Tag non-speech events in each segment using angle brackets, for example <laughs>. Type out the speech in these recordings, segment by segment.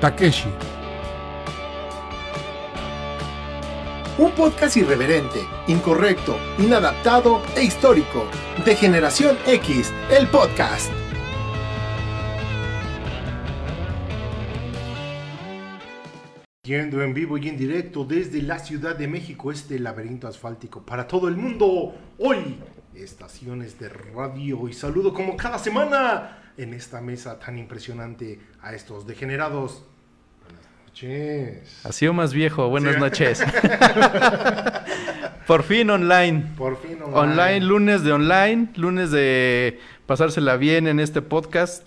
Takeshi. Un podcast irreverente, incorrecto, inadaptado e histórico. De Generación X, el podcast. Yendo en vivo y en directo desde la Ciudad de México, este laberinto asfáltico para todo el mundo. Hoy, estaciones de radio y saludo como cada semana en esta mesa tan impresionante a estos degenerados. Buenas noches. Así o más viejo, buenas <laughs> noches. Por fin online. Por fin online. Online, lunes de online, lunes de pasársela bien en este podcast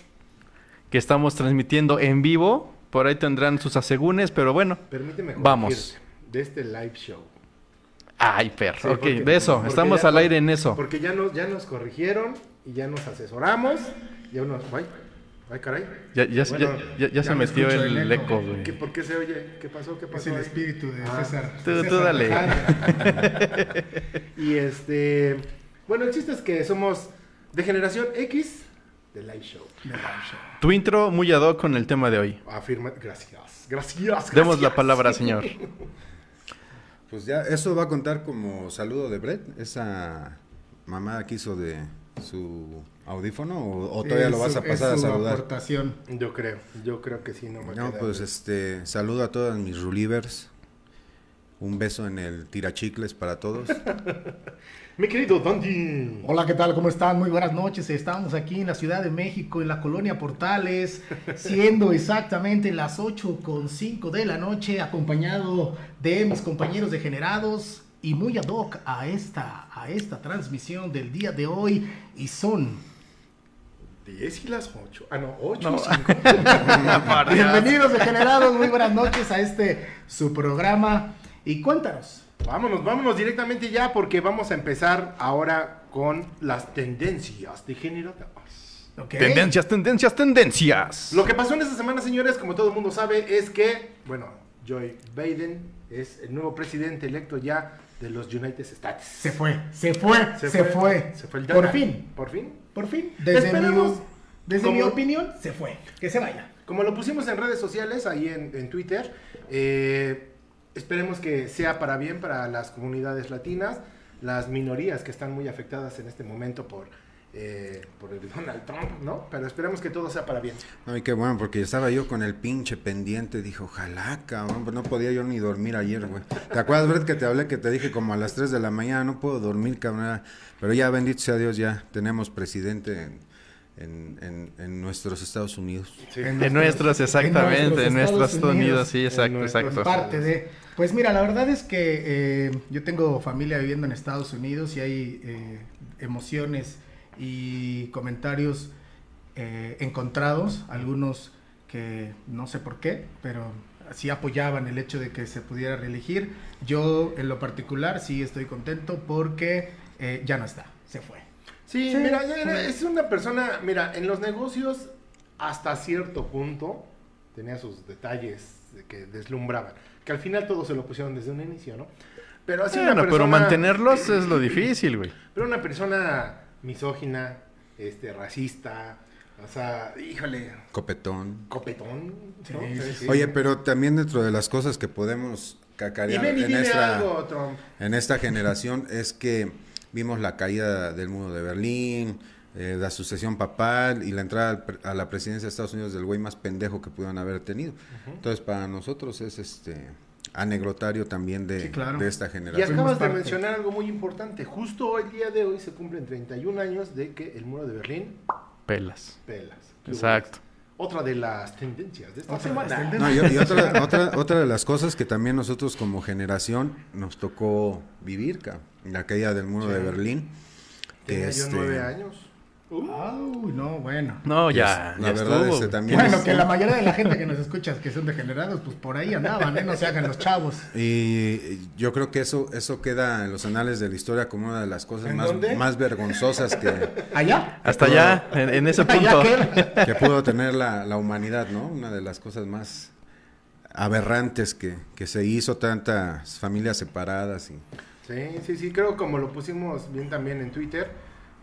que estamos transmitiendo en vivo. Por ahí tendrán sus asegúnes, pero bueno. Permíteme Vamos. corregirte, De este live show. Ay, perro. Sí, ok, porque- de eso, porque estamos ya- al aire en eso. Porque ya nos, ya nos corrigieron y ya nos asesoramos. Ya nos. Ay, ay, caray. Ya, ya- ya- Bueno, ya- ya se me metió escucho el, el eco. eco, güey. ¿Qué, ¿Por qué se oye? ¿Qué pasó? ¿Qué Es pasó? el ahí? espíritu de Ah. César. Tú- César tú dale. Alejandro. <laughs> Y este. Bueno, el chiste es que somos de generación X de Live Show. Tu intro muy ad hoc con el tema de hoy. Afirma. Gracias. Gracias. gracias. Demos la <laughs> palabra, señor. Pues ya, eso va a contar como saludo de Brett, esa mamada que hizo de su audífono, o, o todavía Es lo vas su- a pasar a es su saludar. aportación. Yo creo. Yo creo que sí, no me No, queda pues de- este, saludo a todas mis rulivers. Un beso en el tirachicles para todos. Mi querido Dandy. Hola, ¿qué tal? ¿Cómo están? Muy buenas noches. Estamos aquí en la Ciudad de México, en la colonia <laughs> Portales, siendo exactamente las 8 con 5 de la noche, acompañado de mis compañeros degenerados y muy ad hoc a esta, a esta transmisión del día de hoy. Y son 10 y las 8. Ah, no, 8 No. y <laughs> 5. bienvenidos degenerados, muy <laughs> buenas noches a este su programa. Y cuéntanos, Vámonos, vámonos directamente ya porque vamos a empezar ahora con las tendencias degeneradas. ¿ok? Tendencias, tendencias, tendencias. Lo que pasó en esta semana, señores, como todo el mundo sabe, es que, bueno, Joe Biden es el nuevo presidente electo ya de los United States. Se fue, se fue, se, fue. Se fue el Por Donald. fin, Por fin. por fin. Desde, mi, Esperemos desde como- mi opinión, se fue. Que se vaya. Como lo pusimos en redes sociales, ahí en, en Twitter, eh, esperemos que sea para bien para las comunidades latinas, las minorías que están muy afectadas en este momento por, eh, por el <laughs> Donald Trump, ¿no? Pero esperemos que todo sea para bien. Ay, qué bueno, porque estaba yo con el pinche pendiente. Dije, ojalá, cabrón, pero no podía yo ni dormir ayer, güey. ¿Te acuerdas, Brett, que te hablé, que te dije como a las 3 de la mañana, no puedo dormir, cabrón? Pero ya, bendito sea Dios, ya tenemos presidente en, en- en- en nuestros Estados Unidos. De nuestros, exactamente, de en nuestros nuestros Estados Estados Unidos. Unidos, sí, exacto, nuestros exacto. Parte de. Pues mira, la verdad es que eh, yo tengo familia viviendo en Estados Unidos y hay eh, emociones y comentarios eh, encontrados, algunos que no sé por qué, pero sí apoyaban el hecho de que se pudiera reelegir. Yo en lo particular sí estoy contento porque eh, ya no está, se fue. Sí, mira, ya era- es una persona, mira, en los negocios hasta cierto punto tenía sus detalles de que deslumbraban, que al final todos se lo pusieron desde un inicio, ¿no? Pero así Bueno, una persona, pero mantenerlos es lo difícil, güey. Pero una persona misógina, este, racista, o sea, híjole, Copetón. copetón. ¿no? Sí, sí, Sí. Oye, pero también dentro de las cosas que podemos Y cacarear ven y en dime esta, algo, Trump. en esta generación es que vimos la caída del muro de Berlín, eh, la sucesión papal y la entrada al pre- a la presidencia de Estados Unidos del güey más pendejo que pudieron haber tenido. Entonces, para nosotros es este anecdotario también de, Sí, claro. de esta Y generación. acabas de parte. mencionar algo muy importante. Justo el día de hoy se cumplen 31 años de que el muro de Berlín Pelas. pelas. Exacto. Otra de las tendencias de esta Otra de las semana. tendencias. No, y, y otra, otra, otra de las cosas que también nosotros como generación nos tocó vivir, ca, la caída del muro de Berlín. Tenía Este, yo nueve años. Uh. Au, no, bueno. No, pues, ya. la ya verdad estuvo, este, güey. también Bueno, es- que la mayoría de la gente que nos escucha que son degenerados, pues por ahí andaban, ¿eh? No se hagan los chavos. Y yo creo que eso, eso queda en los anales de la historia como una de las cosas ¿En más, dónde? más vergonzosas que, ¿Allá? <laughs> Hasta allá, en, en ese punto. que pudo tener la, la humanidad, ¿no? Una de las cosas más aberrantes que, que se hizo, tantas familias separadas. Y, Sí, sí, sí, creo como lo pusimos bien también en Twitter,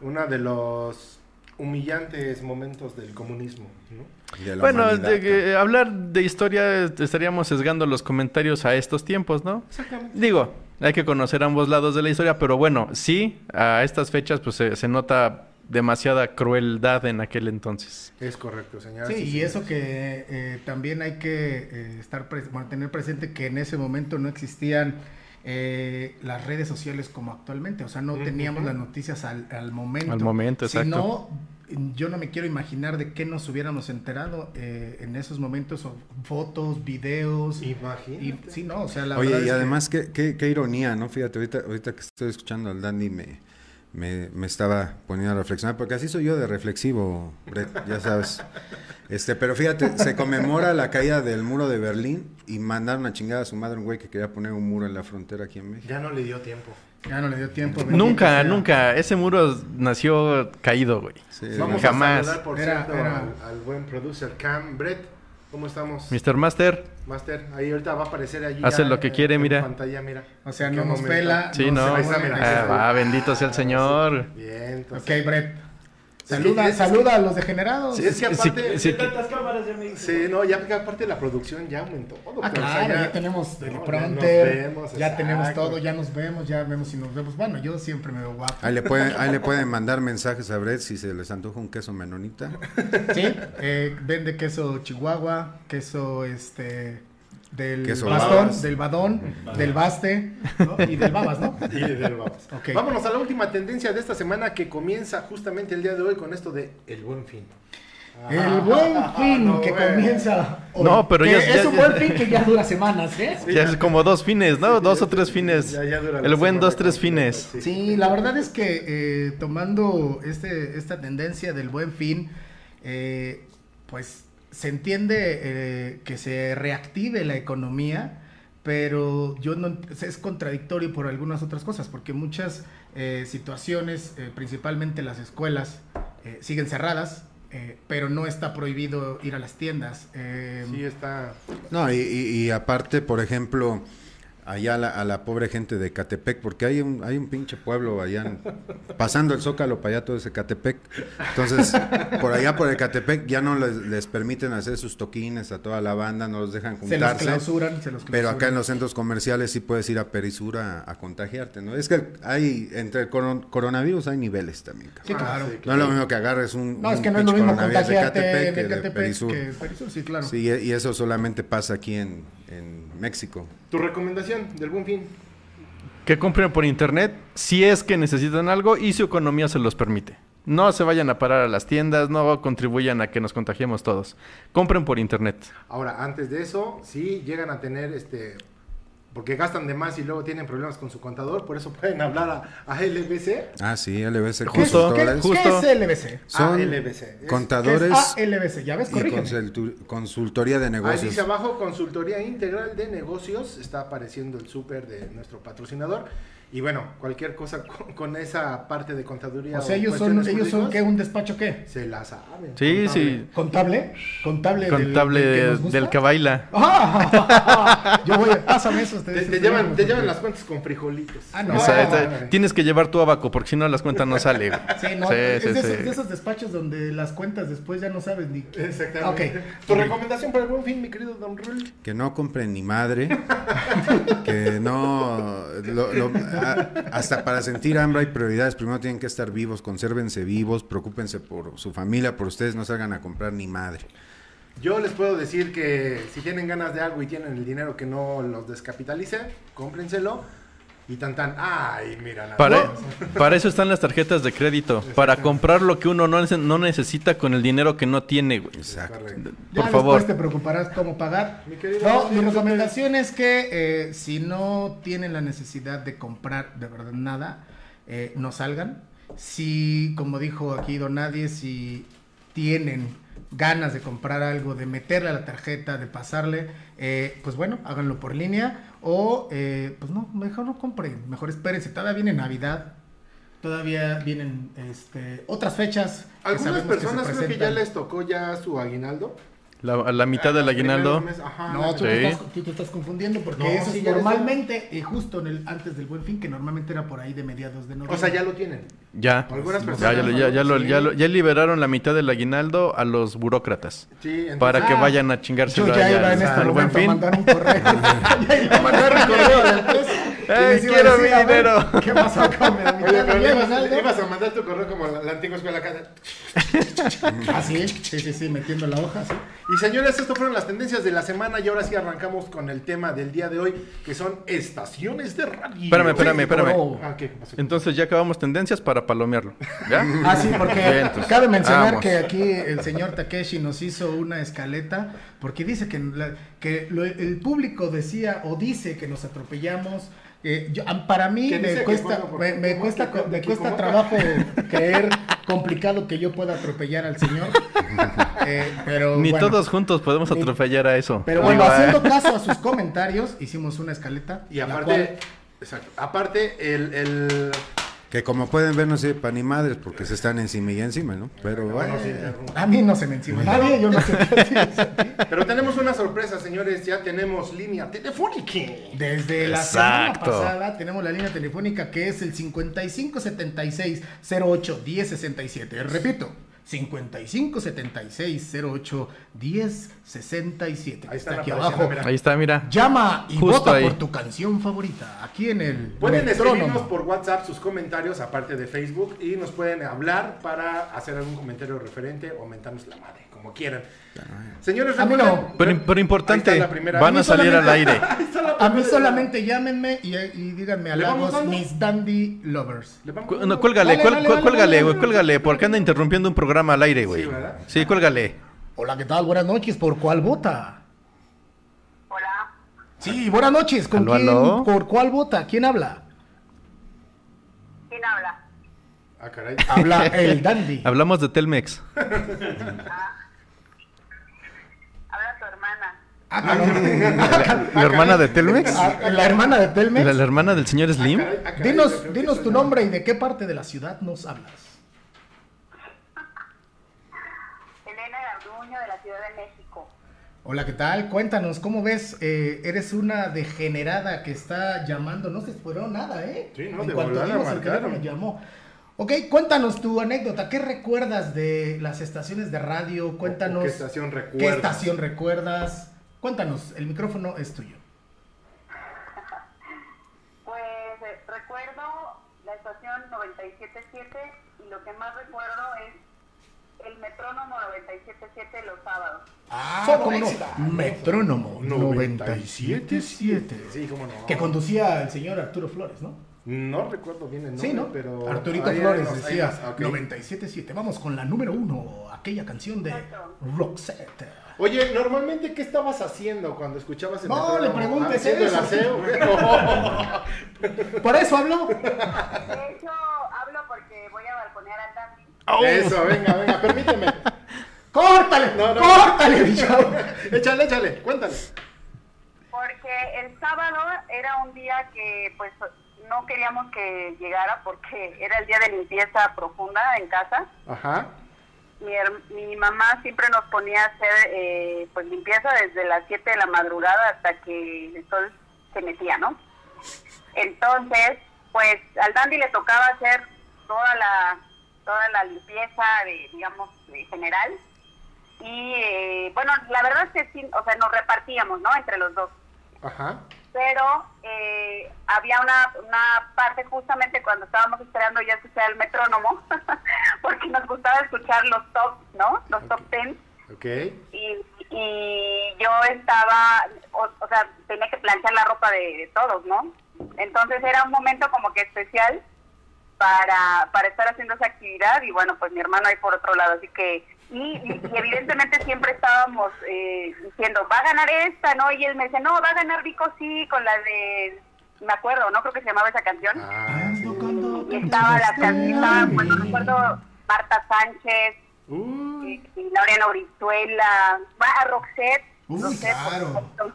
uno de los humillantes momentos del comunismo, ¿no? y de <laughs> la Bueno, humanidad, de que eh, hablar de historia eh, estaríamos sesgando los comentarios a estos tiempos, ¿no? Exactamente. Digo, hay que conocer ambos lados de la historia, pero bueno, sí, a estas fechas pues se, se nota demasiada crueldad en aquel entonces. Es correcto, señora. Ah, Sí, y eso que eh, también hay que eh, estar pres- bueno, tener presente que en ese momento no existían eh, las redes sociales como actualmente, o sea, no Ujú. teníamos las noticias al, al momento. Al momento, Si exacto. no, yo no me quiero imaginar de qué nos hubiéramos enterado eh, en esos momentos, o fotos, videos. Y, Imagínate. sí, no, o sea, la verdad Oye, y es que- además, qué, qué- qué ironía, ¿no? Fíjate, ahorita, ahorita que estoy escuchando al Dandy me, me, me estaba poniendo a reflexionar, porque así soy yo de reflexivo, Brett, ya sabes. Este, pero fíjate, se conmemora la caída del muro de Berlín y mandaron a chingada a su madre un güey que quería poner un muro en la frontera aquí en México. Ya no le dio tiempo. ya no le dio tiempo. bendito Nunca, sea. nunca. Ese muro nació caído, güey. Sí, Vamos a Jamás. saludar, por Eh, Era- cierto, era- Al, al buen producer Cam Brett. ¿Cómo estamos? Mr. Master, Master, ahí ahorita va a aparecer allí. Hace ya, lo que eh, quiere, en mira. pantalla, mira. O sea, ¿En no qué nos momento? pela. sí, se ¿no? va a Ah, ahí está, mira, ahí Ah, está. va, bendito sea el Señor. Bien, Ok, entonces. Brett. Sí, Saluda, es- saluda a los degenerados. Sí, es que Sí, aparte. sí, Sí, no, ya que aparte la producción ya aumentó. doctor, Ah, o sea, claro, ya- ya tenemos No, ya teleprompter, nos vemos, ya tenemos exacto. todo, ya nos vemos, ya vemos si nos vemos. Bueno, yo siempre me veo guapo. Ahí le, pueden, ahí le pueden mandar mensajes a Brett si se les antoja un queso menonita. Sí, eh, vende queso chihuahua, queso este del Queso bastón, babas. del badón, del baste ¿no? y del babas, ¿no? Y del vamos. <laughs> Ok. Vámonos a la última tendencia de esta semana que comienza justamente el día de hoy con esto de el buen fin. El buen fin Ah. no, que güey. comienza hoy. No, pero Que ya- es ya- un ya- buen fin que ya dura semanas, ¿eh? Sí, Ya es como dos fines, ¿no? Dos o tres fines. Ya- ya dura la El buen semana dos, tres completa, fines. Sí, la verdad es que eh, tomando este, esta tendencia del buen fin, eh, pues se entiende eh, que se reactive la economía, pero yo no, ent- es contradictorio por algunas otras cosas, porque muchas eh, situaciones, eh, principalmente las escuelas, eh, siguen cerradas, eh, pero no está prohibido ir a las tiendas. eh, Sí, está. No, y, y- y aparte, por ejemplo, allá a la, a la pobre gente de Catepec, porque hay un, hay un pinche pueblo allá, en- pasando el Zócalo para allá todo ese Catepec. Entonces, por allá por el Catepec ya no les, les permiten hacer sus toquines a toda la banda, no los dejan se los juntarse. clausuran, se los clausuran. pero acá en los centros comerciales sí puedes ir a Perisura a, a contagiarte, ¿no? Es que hay, entre el coron- coronavirus hay niveles también, cabrón. Sí, claro. sí, No es lo mismo que agarres un, No, es un que no es lo pinche mismo coronavirus de contagiarte en que de Ecatepec Perisur. que en Perisur, sí, claro. Sí, y y eso solamente pasa aquí en, en México. Tu recomendación del buen fin. Que compren por internet si es que necesitan algo y su economía se los permite. No se vayan a parar a las tiendas, no contribuyan a que nos contagiemos todos. Compren por internet. Ahora, antes de eso, sí llegan a tener este. Porque gastan de más y luego tienen problemas con su contador, por eso pueden hablar a, a LBC. Ah, sí, LBC ¿Qué es- Justo, ¿Qué, consultores. qué Ah, Justo. es LBC? Son ALBC, es- contadores ¿Qué es ALBC? Ya ves, y corrígeme. consultu- consultoría de Ahí dice negocios. abajo, consultoría integral de negocios. Está apareciendo el súper de nuestro patrocinador. Y bueno, cualquier cosa con, con esa parte de contaduría. O sea, o ellos son, cuestiones ellos son jurídicas, qué, un despacho qué? Se la saben. Sí, contable. sí. ¿Contable? ¿Contable, del- Contable del, que de- nos gusta? del que baila. <laughs> ¡Ah! Yo voy, a- pásame eso. Te, te llevan, te llevan las cuentas con frijolitos. Ah, no. O sea, no, esta- tienes que llevar tu abaco porque si no las cuentas no sale. güey. Sí, no, Sí, es sí, de, esos, sí. de esos despachos donde las cuentas después ya no sabes ni... Ah, Exactamente. Ok. Tu recomendación para el buen fin, mi querido Don Rul. que no compren ni madre, que no, lo- lo- a- hasta para sentir hambre hay prioridades, primero tienen que estar vivos, consérvense vivos, preocúpense por su familia, por ustedes, no salgan a comprar ni madre. Yo les puedo decir que si tienen ganas de algo y tienen el dinero que no los descapitalice, cómprenselo. Y tan tan. Ay, mira. la- Para, No. para eso están las tarjetas de crédito, para comprar lo que uno no, nece- no necesita con el dinero que no tiene, güey. Exacto. Correcto. Por Ya después favor. te preocuparás cómo pagar. Mi querido no, Mario, mi ¿tú recomendación es que eh, si no tienen la necesidad de comprar de verdad nada, eh, no salgan. Si, como dijo aquí Don Nadie, si tienen ganas de comprar algo, de meterle a la tarjeta, de pasarle, eh, pues bueno, háganlo por línea. O, eh, pues no, mejor no compren, mejor espérense. Todavía viene Navidad, todavía vienen este, otras fechas. que Algunas sabemos que se personas creo que ya presentan. les tocó ya su aguinaldo. La, a la mitad del Los aguinaldo. primeros meses, ajá, No, la- tú, Sí. te estás, tú te estás confundiendo porque No, eso sí, es ya ves. normalmente, eh, justo en el, antes del Buen Fin, que normalmente era por ahí de mediados de noviembre. O sea, ya lo tienen. Ya. Algunas Ya, personas. ya, lo- ya- ya lo- Sí. ya lo- ya liberaron la mitad del aguinaldo a los burócratas. Sí, entonces- Para que Ah, vayan a chingarse Yo ya iba en este al buen momento a fin. mandar un <laughs> correo. ya iba a eh, mandar un correo de empresa. ¡Ey, Les iba a quiero decir, mi a ver, dinero! ¿Qué pasó <laughs> con mi Oye, mitad pero de le ibas, mi le aguinaldo? ibas a mandar tu correo como la, la antigua escuela acá. Ah, sí, <laughs> sí, sí, sí, metiendo la hoja, sí. Y señores, estas fueron las tendencias de la semana y ahora sí arrancamos con el tema del día de hoy, que son estaciones de radio. Espérame, espérame, espérame. Toro. Ah, ¿qué pasó? Entonces ya acabamos tendencias para palomearlo. ¿Ya? <laughs> Ah, sí, porque Bien, entonces, cabe mencionar vamos. que aquí el señor Takeshi nos hizo una escaleta porque dice que, la- que lo- el público decía o dice que nos atropellamos. eh, yo- ah, para mí Que dice me que cuesta, cuando por- me, me como cuesta, que- co- me que cuesta como- trabajo creer complicado que yo pueda atropellar <laughs> al señor. Eh, pero Ni bueno. todos juntos podemos Ni- atropellar a eso. Pero Digo, bueno, ah, haciendo caso a sus comentarios, hicimos una escaleta. Y la aparte, cual- exacto, aparte el, el- Que como pueden ver no sirve para ni madres porque se están encima y encima, ¿no? Pero eh, bueno, a mí no se me encima nadie, yo no sé qué decir. Pero tenemos una sorpresa, señores, ya tenemos línea telefónica. Desde la Exacto. semana pasada tenemos la línea telefónica que es el 5576-08-1067. Repito, 5576-08-1067. Ahí Está están aquí apareciendo, abajo. mira. Ahí está, mira. Llama y Justo vota ahí. por tu canción favorita. Aquí en el. Pueden escribirnos Metrónomo. por WhatsApp sus comentarios, aparte de Facebook, y nos pueden hablar para hacer algún comentario referente o mentarnos la madre, como quieran. Señores, A mí no. recuerden- Pero, pero Ahí importante, está la primera. van A a mí salir al solamente- aire. <laughs> Ahí está la A mí primera. solamente llámenme y, y díganme ¿Le vamos halagos dando? mis dandy lovers. Le vamos- Cu- No, cuélgale, Dale, cuel- dale, cuel- dale, cuélgale, dale, güey, dale. cuélgale, porque anda interrumpiendo un programa al aire, güey. Sí, ¿verdad? Sí, cuélgale. Hola, ¿qué tal? Buenas noches. ¿Por cuál vota? Hola, Sí, buenas noches. ¿Con Aló, quién? aló. ¿Por cuál vota? ¿Quién habla? ¿quién habla? Ah, caray. Habla el dandy. Hablamos de Telmex. Habla tu hermana. Ah, <laughs> cabrón. ¿La hermana de Telmex? Ah, la hermana de Telmex. ¿La, la hermana del señor Slim? Caray, ah, caray, yo creo Dinos, que dinos soy tu yo. nombre y de qué parte de la ciudad nos hablas. Elena Garduño de la Ciudad de México. Hola, ¿qué tal? Cuéntanos, ¿cómo ves? Eh, eres una degenerada que está llamando. No se esperó nada, ¿eh? Sí, no, En de cuanto volada dimos el marcaron. teléfono, llamó. Ok, cuéntanos tu anécdota. ¿Qué recuerdas de las estaciones de radio? Cuéntanos. ¿Qué estación recuerdas? ¿Qué estación recuerdas? Cuéntanos, el micrófono es tuyo. Pues eh, recuerdo la estación 97.7 y lo que más recuerdo es el metrónomo 97.7 los sábados. Ah, Solo ¿cómo no? éxitos. Metrónomo 97.7. 97.7. Sí, cómo no. Que conducía el señor Arturo Flores, ¿no? No recuerdo bien el nombre, sí, ¿no? pero... Arturito Ahí Flores nos- ahí decía nos- ok. 97.7. Vamos con la número uno, aquella canción de Exacto. Roxette. Oye, normalmente, ¿qué estabas haciendo cuando escuchabas el No, metrónomo? le Ah, preguntes haciendo eso. el <laughs> aseo. <laughs> Por eso habló. De hecho, hablo porque voy a balconear al Dandy. Eso, venga, venga, permíteme. ¡Córtale! No, no. <laughs> ¡Córtale, bichado! échale, échale, cuéntale. Porque el sábado era un día que pues no queríamos que llegara porque era el día de limpieza profunda en casa. Ajá. Mi, her- mi mamá siempre nos ponía a hacer eh, pues limpieza desde las 7 de la madrugada hasta que el sol se metía, ¿no? Entonces, pues al Dandy le tocaba hacer toda la toda la limpieza, de, digamos, de general. Y eh, bueno, la verdad es que sí, o sea, nos repartíamos, ¿no? Entre los dos Ajá. pero eh, había una, una parte justamente cuando estábamos esperando ya escuchar el metrónomo, <laughs> porque nos gustaba escuchar los top, ¿no? Los top ten. Ok. Y, y yo estaba, o, o sea, tenía que planchar la ropa de, de todos, ¿no? Entonces era un momento como que especial para, para estar haciendo esa actividad y bueno, pues mi hermano ahí por otro lado, así que... Y, y- y evidentemente siempre estábamos eh, diciendo, va a ganar esta, ¿no? Y él me dice, no, va a ganar Vico sí, con la de... Me acuerdo, ¿no? Creo que se llamaba esa canción. Ah, sí. y estaba la canción, estaba, pues no recuerdo, Marta Sánchez, Uy. y, y Laureano Brizuela, va a Roxette. Uy, Roxette, por claro. supuesto.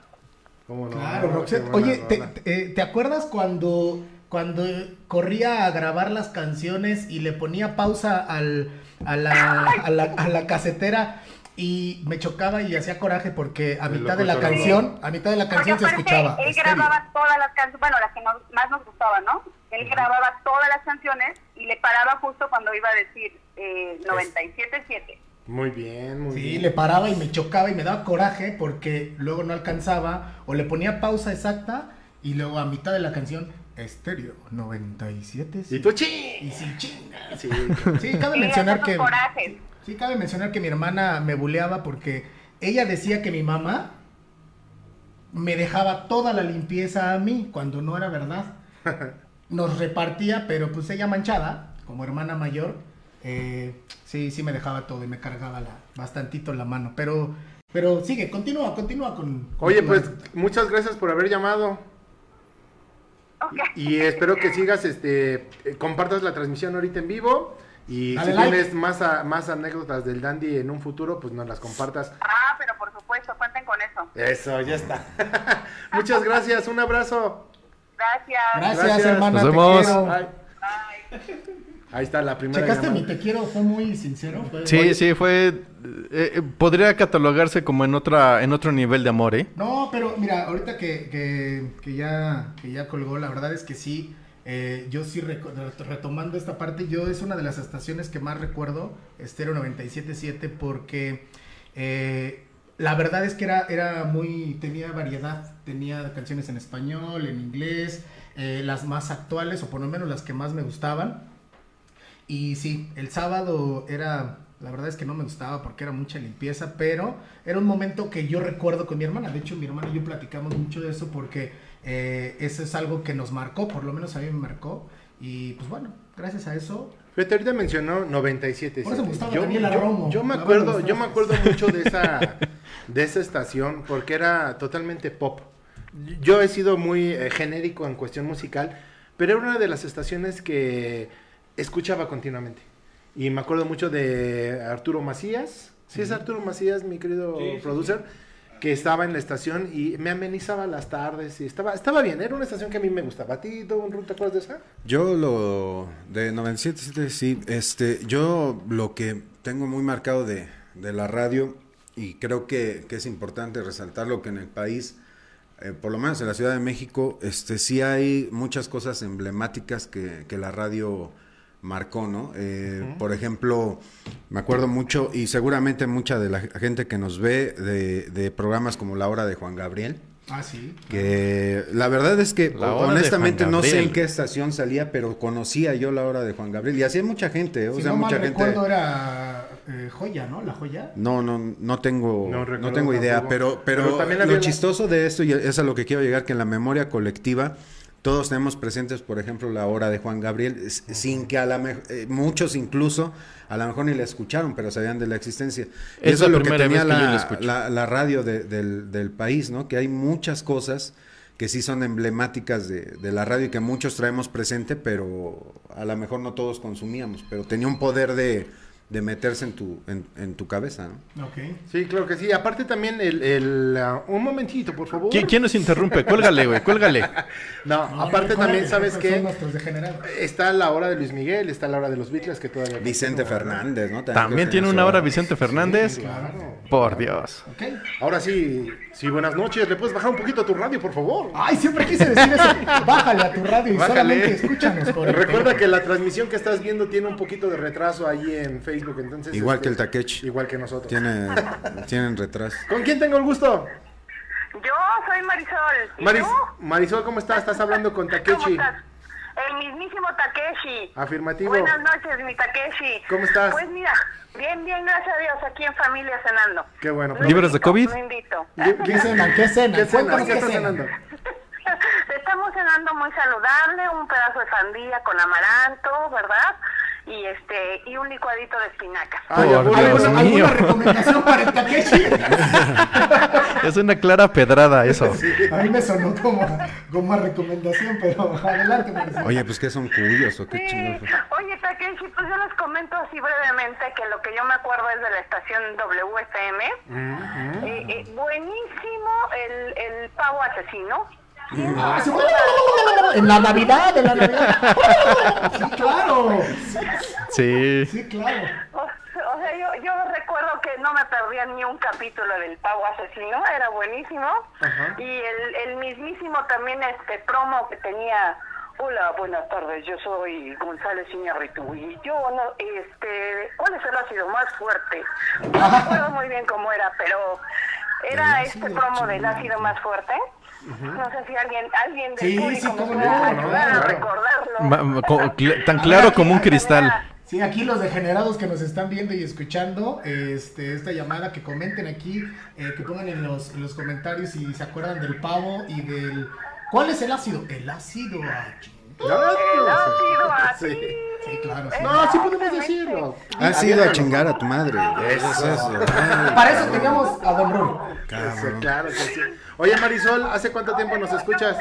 ¿Cómo no? Claro, Qué Roxette. buena Oye, te, rola. te- eh, ¿te acuerdas cuando, cuando corría a grabar las canciones y le ponía pausa al, a, la, a, la, a la casetera y me chocaba y hacía coraje porque a El mitad de la locutor canción, a mitad de la Porque canción se aparte, escuchaba. Él estéreo. grababa todas las canciones, bueno, las que nos- más nos gustaban, ¿no? Él grababa todas las canciones y le paraba justo cuando iba a decir eh, 97.7. Muy bien, muy Sí, bien. le paraba y me chocaba y me daba coraje porque luego no alcanzaba o le ponía pausa exacta y luego a mitad de la canción estéreo 97. Y tú, ¡chi! Y sí, chinga. <laughs> Sí. Sí, cabe Y mencionar esos que corajes. Sí, cabe mencionar que mi hermana me buleaba porque ella decía que mi mamá me dejaba toda la limpieza a mí cuando no <laughs> era verdad. Nos repartía, pero pues ella manchada, como hermana mayor, eh, sí, sí me dejaba todo y me cargaba la, bastantito la mano. Pero, pero sigue, continúa, continúa con... Oye, continúa. pues muchas gracias por haber llamado. Ok. Y espero que sigas, este, eh, compartas la transmisión ahorita en vivo. Y Dale si like. tienes más, a- más anécdotas del Dandy en un futuro, pues nos las compartas. Ah, pero por supuesto, cuenten con eso. Eso, ya está. <laughs> Muchas gracias, un abrazo. Gracias. Gracias, gracias. hermana, Nos te vemos. quiero. Bye. Ahí está la primera. ¿Checaste mi llamada. te quiero? ¿Fue muy sincero? ¿Fue- Sí, Oye, sí, fue... eh, eh, podría catalogarse como en otra en otro nivel de amor, ¿eh? No, pero mira, ahorita que, que- que ya, que ya colgó, la verdad es que sí, eh, yo sí, reco- retomando esta parte, yo es una de las estaciones que más recuerdo, Estero 97.7, porque eh, la verdad es que era, era muy, tenía variedad, tenía canciones en español, en inglés, eh, las más actuales, o por lo menos las que más me gustaban. Y sí, el sábado era, la verdad es que no me gustaba porque era mucha limpieza, pero era un momento que yo recuerdo con mi hermana. De hecho, mi hermana y yo platicamos mucho de eso porque eh, eso es algo que nos marcó, por lo menos a mí me marcó. Y pues bueno, gracias a eso. Fíjate, ahorita mencionó 97. Por eso me gustaba yo, Daniela yo- Romo. yo me La acuerdo, banda de yo me los acuerdo mucho de <laughs> esa, de esa estación porque era totalmente pop. Yo he sido muy eh, genérico en cuestión musical, pero era una de las estaciones que escuchaba continuamente. Y me acuerdo mucho de Arturo Macías. Sí, es Arturo Macías, mi querido producer. Que estaba en la estación y me amenizaba las tardes y estaba, estaba bien, era una estación que a mí me gustaba. ¿A ti, Don Ruth, te acuerdas de esa? Yo lo de 97.7, sí, este, yo lo que tengo muy marcado de, de la radio y creo que, que es importante resaltarlo que en el país, eh, por lo menos en la Ciudad de México, este, sí hay muchas cosas emblemáticas que, que la radio marcó, ¿no? Eh, Por ejemplo, me acuerdo mucho y seguramente mucha de la gente que nos ve de, de programas como La Hora de Juan Gabriel. Ah, sí. Que la verdad es que La hora de honestamente Juan no sé Gabriel. en qué estación salía, pero conocía yo la hora de Juan Gabriel. Y así hay mucha gente, ¿eh? o si sea, no mucha mal gente. recuerdo era eh, Joya, ¿no? La Joya. No, no, no tengo, No no, recuerdo tengo idea, tampoco. pero, pero, Pero también había lo la- chistoso de esto, y es a lo que quiero llegar, que en la memoria colectiva todos tenemos presentes, por ejemplo, la hora de Juan Gabriel, s- sin que a la mejor, muchos incluso, a lo mejor ni la escucharon, pero sabían de la existencia. Y Es eso la es lo que primera tenía vez que yo la la, escucho. la- la radio de- del, del país, ¿no? Que hay muchas cosas que sí son emblemáticas de, de la radio y que muchos traemos presente, pero a lo mejor no todos consumíamos, pero tenía un poder de, de meterse en tu, en, en tu cabeza, ¿no? Ok. Sí, claro que sí. Aparte también el... el, ah, un momentito, por favor. ¿Quién, quién nos interrumpe? Cuélgale, güey, <laughs> cuélgale. No, No, aparte recuerda también, que ¿sabes siempre qué? Son nuestros degenerados. Está la hora de Luis Miguel, está la hora de los Beatles que todavía... Vicente Fernández, ¿no? creo También que tiene nos una sobra. hora Vicente Fernández. Claro. Por Dios. Ok. Ahora sí, sí, buenas noches. ¿Le puedes bajar un poquito a tu radio, por favor? Ay, siempre quise decir eso. <laughs> Bájale a tu radio y Bájale. solamente escúchanos. por el Recuerda teléfono. que la transmisión que estás viendo tiene un poquito de retraso ahí en Facebook, entonces... Igual este, que el Takechi. Igual que nosotros. Tiene, tienen retraso. ¿Con quién tengo el gusto? Yo soy Marisol. ¿Y Maris- tú? Marisol, ¿cómo estás? Estás hablando con ¿Cómo Takechi. estás? El mismísimo Takeshi. Ah, Afirmativo. Buenas noches, mi Takeshi. ¿Cómo estás? Pues mira, bien, bien, gracias a Dios, aquí en familia cenando. Qué bueno. pues. Lo ¿Libres de invito, COVID? Lo invito. <laughs> <laughs> ¿Qué cenan? ¿Qué cenan? ¿Qué cenas? Cuéntanos ¿Qué qué estás cenan. cenando? Estamos cenando muy saludable, un pedazo de sandía con amaranto, ¿verdad? Y este y un licuadito de espinacas. Ay, Por abuelo, Dios bueno, mío. ¿Alguna recomendación para el Takeshi? Es una clara pedrada eso. <laughs> A mí me sonó como, como recomendación, pero adelante, Marisol. Oye, pues que son cuyos o qué chingados. Sí, oye Takeshi, pues yo les comento así brevemente que lo que yo me acuerdo es de la estación WFM. Eh, eh, buenísimo el, el pavo asesino. Mm. Ah, sí, En la Navidad, en la Navidad. Sí, claro. Sí. Sí, claro. O, o sea, yo, yo recuerdo que no me perdía ni un capítulo del pavo asesino, era buenísimo. Y el, el mismísimo también este promo que tenía. Hola, buenas tardes, yo soy González Iñárritu y yo no, este, ¿cuál es el ácido más fuerte? No me acuerdo muy bien cómo era, pero era este promo del ácido más fuerte. No sé si alguien, alguien del Sí, público sí, cómo me pueda no, no, ayudar a claro. recordarlo. Ma- ma- co- cl- tan claro como un cristal. Sí, aquí los degenerados que nos están viendo y escuchando este, esta llamada, que comenten aquí, eh, que pongan en los, en los comentarios si se acuerdan del pavo y del... ¿Cuál es el ácido? El ácido. ah, ching- El ácido Sí. así. Sí, claro. sí. No, sí podemos decirlo. Has ido a chingar a tu madre. Eso, eso. Ay, Para eso teníamos a Don Rulo. Eso, cabrón. claro que sí. Oye, Marisol, ¿hace cuánto tiempo nos escuchas?